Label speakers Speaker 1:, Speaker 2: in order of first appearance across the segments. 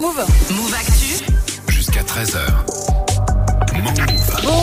Speaker 1: Move.
Speaker 2: Move Actu,
Speaker 3: jusqu'à 13h.
Speaker 1: Bon,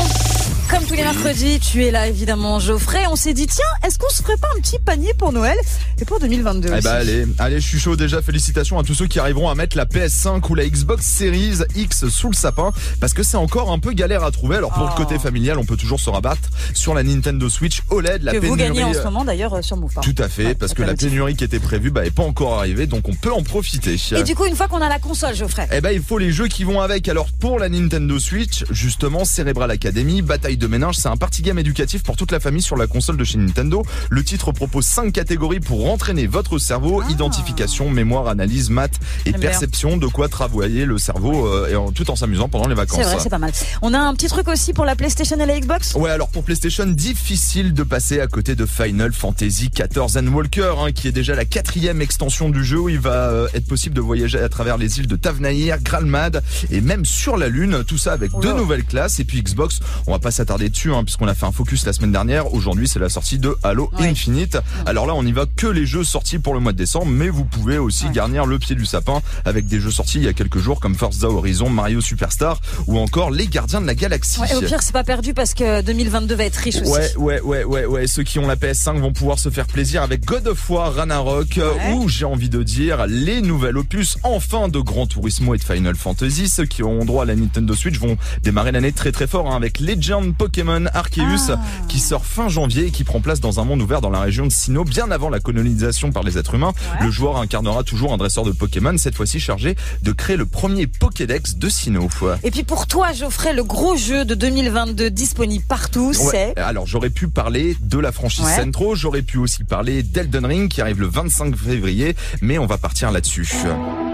Speaker 1: comme tous les mercredis, tu es là évidemment, Geoffrey. On s'est dit, tiens, est-ce qu'on se ferait pas un petit panier pour Noël et pour 2022
Speaker 4: Eh
Speaker 1: aussi
Speaker 4: bah allez, allez, je suis chaud déjà. Félicitations à tous ceux qui arriveront à mettre la PS5 ou la Xbox Series X sous le sapin, parce que c'est encore un peu galère à trouver. Alors pour
Speaker 1: Oh.
Speaker 4: le côté familial, on peut toujours se rabattre sur la Nintendo Switch OLED, la
Speaker 1: Que vous
Speaker 4: pénurie.
Speaker 1: gagnez en ce moment d'ailleurs euh, sur Move. hein.
Speaker 4: Tout à fait,
Speaker 1: Ouais,
Speaker 4: parce
Speaker 1: ça
Speaker 4: que
Speaker 1: fait
Speaker 4: la
Speaker 1: un petit-
Speaker 4: pénurie qui était prévue, bah, est pas encore arrivée, donc on peut en profiter.
Speaker 1: Et du coup, une fois qu'on a la console, Geoffrey.
Speaker 4: Eh ben, il faut les jeux qui vont avec. Alors, pour la Nintendo Switch, justement, Cerebral Academy, Bataille de Méninges, c'est un party game éducatif pour toute la famille sur la console de chez Nintendo. Le titre propose cinq catégories pour entraîner votre cerveau.
Speaker 1: Ah.
Speaker 4: Identification, mémoire, analyse, maths et
Speaker 1: J'aime bien.
Speaker 4: perception. De quoi travailler le cerveau euh, et en- tout en s'amusant pendant les vacances.
Speaker 1: C'est vrai, c'est pas mal. On a un petit truc aussi pour la PlayStation et la Xbox.
Speaker 4: Ouais, alors pour PlayStation, difficile de passer à côté de Final Fantasy XIV and Walker, hein, qui est déjà la quatrième extension du jeu où il va euh, être possible de voyager à travers les îles de Tavnair, Gralmad et même sur la Lune. Tout ça avec
Speaker 1: Oh là.
Speaker 4: deux nouvelles classes. Et puis Xbox, on va pas s'attarder dessus, hein, puisqu'on a fait un focus la semaine dernière. Aujourd'hui, c'est la sortie de Halo
Speaker 1: Ouais.
Speaker 4: Infinite. Alors là, on y va que les jeux sortis pour le mois de décembre, mais vous pouvez aussi
Speaker 1: Ouais.
Speaker 4: garnir le pied du sapin avec des jeux sortis il y a quelques jours comme Forza Horizon, Mario Superstar ou encore Les Gardiens de la Galaxie.
Speaker 1: Ouais, et au pire, c'est pas perdu parce que 2022 va être riche aussi.
Speaker 4: Oh, Ouais, ouais, ouais, ouais, ouais. Ceux qui ont la PS5 vont pouvoir se faire plaisir avec God of War, Ragnarok, euh,
Speaker 1: Ouais.
Speaker 4: ou j'ai envie de dire les nouvelles opus enfin de Gran Turismo et de Final Fantasy. Ceux qui auront droit à la Nintendo Switch vont démarrer l'année très très fort hein, avec Legend Pokémon Arceus
Speaker 1: Ah.
Speaker 4: qui sort fin janvier et qui prend place dans un monde ouvert dans la région de Sinnoh bien avant la colonisation par les êtres humains.
Speaker 1: Ouais.
Speaker 4: Le joueur incarnera toujours un dresseur de Pokémon, cette fois-ci chargé de créer le premier Pokédex de Sinnoh.
Speaker 1: Et puis pour toi, Geoffrey, le gros jeu de 2022 disponible partout,
Speaker 4: Ouais.
Speaker 1: c'est.
Speaker 4: Alors j'aurais pu parler de la franchise
Speaker 1: Ouais.
Speaker 4: Centro, j'aurais pu aussi parler d'Elden Ring qui arrive le 25 février, mais on va partir là-dessus.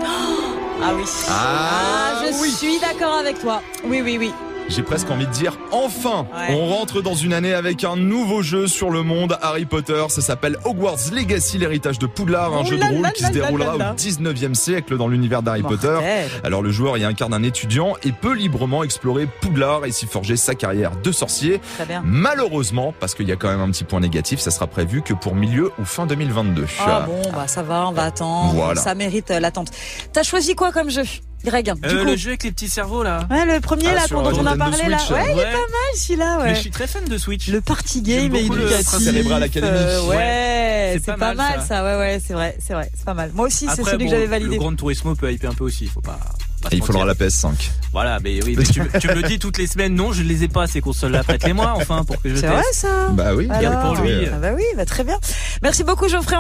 Speaker 1: Ah oui.
Speaker 4: Ah,
Speaker 1: je
Speaker 4: oui.
Speaker 1: suis d'accord avec toi. Oui, oui, oui.
Speaker 4: J'ai presque envie de dire enfin,
Speaker 1: Ouais.
Speaker 4: on rentre dans une année avec un nouveau jeu sur le monde Harry Potter, ça s'appelle Hogwarts Legacy, l'héritage de Poudlard, un
Speaker 1: Oh
Speaker 4: jeu de
Speaker 1: là
Speaker 4: rôle
Speaker 1: là
Speaker 4: qui
Speaker 1: là
Speaker 4: se
Speaker 1: là
Speaker 4: déroulera
Speaker 1: là là.
Speaker 4: au 19e siècle dans l'univers d'Harry Potter.
Speaker 1: Mortel.
Speaker 4: Alors le joueur y incarne un étudiant et peut librement explorer Poudlard et s'y forger sa carrière de sorcier.
Speaker 1: Très bien.
Speaker 4: Malheureusement, parce qu'il y a quand même un petit point négatif, ça sera prévu que pour milieu ou fin 2022.
Speaker 1: Ah bon, bah ça va, on va attendre.
Speaker 4: Voilà.
Speaker 1: Ça mérite euh, l'attente. T'as choisi quoi comme jeu, Greg Du
Speaker 5: Euh,
Speaker 1: coup.
Speaker 5: le jeu avec les petits cerveaux là.
Speaker 1: Ouais, le premier
Speaker 4: Ah,
Speaker 1: là
Speaker 4: sur
Speaker 1: dont on a
Speaker 4: Nintendo
Speaker 1: parlé là.
Speaker 4: Switch,
Speaker 1: Ouais,
Speaker 5: Ouais,
Speaker 1: je suis là,
Speaker 5: Mais
Speaker 1: ouais.
Speaker 5: je suis très fan de Switch.
Speaker 1: Le party game
Speaker 5: J'aime
Speaker 1: et
Speaker 5: beaucoup le
Speaker 1: éducatif.
Speaker 4: Prince Cérébral Academy.
Speaker 1: euh, ouais,
Speaker 5: Ouais,
Speaker 1: c'est pas, mal ça. Ouais, ouais, c'est vrai, c'est vrai, c'est pas mal. Moi aussi, c'est
Speaker 5: Après,
Speaker 1: celui
Speaker 5: bon,
Speaker 1: que j'avais
Speaker 5: Le
Speaker 1: validé.
Speaker 5: Grand Turismo peut hyper un peu aussi. Faut pas. pas se
Speaker 4: Il faudra
Speaker 5: mentir.
Speaker 4: la PS5.
Speaker 5: Voilà, mais oui, mais tu, me- tu me le dis toutes les semaines. Non, je les ai pas ces consoles-là. Prête-les-moi enfin pour que je
Speaker 1: C'est
Speaker 5: teste.
Speaker 1: vrai ça.
Speaker 4: Bah oui.
Speaker 5: Garde pour
Speaker 1: Alors,
Speaker 5: lui.
Speaker 1: Ah bah oui, bah très bien. Merci beaucoup Geoffrey.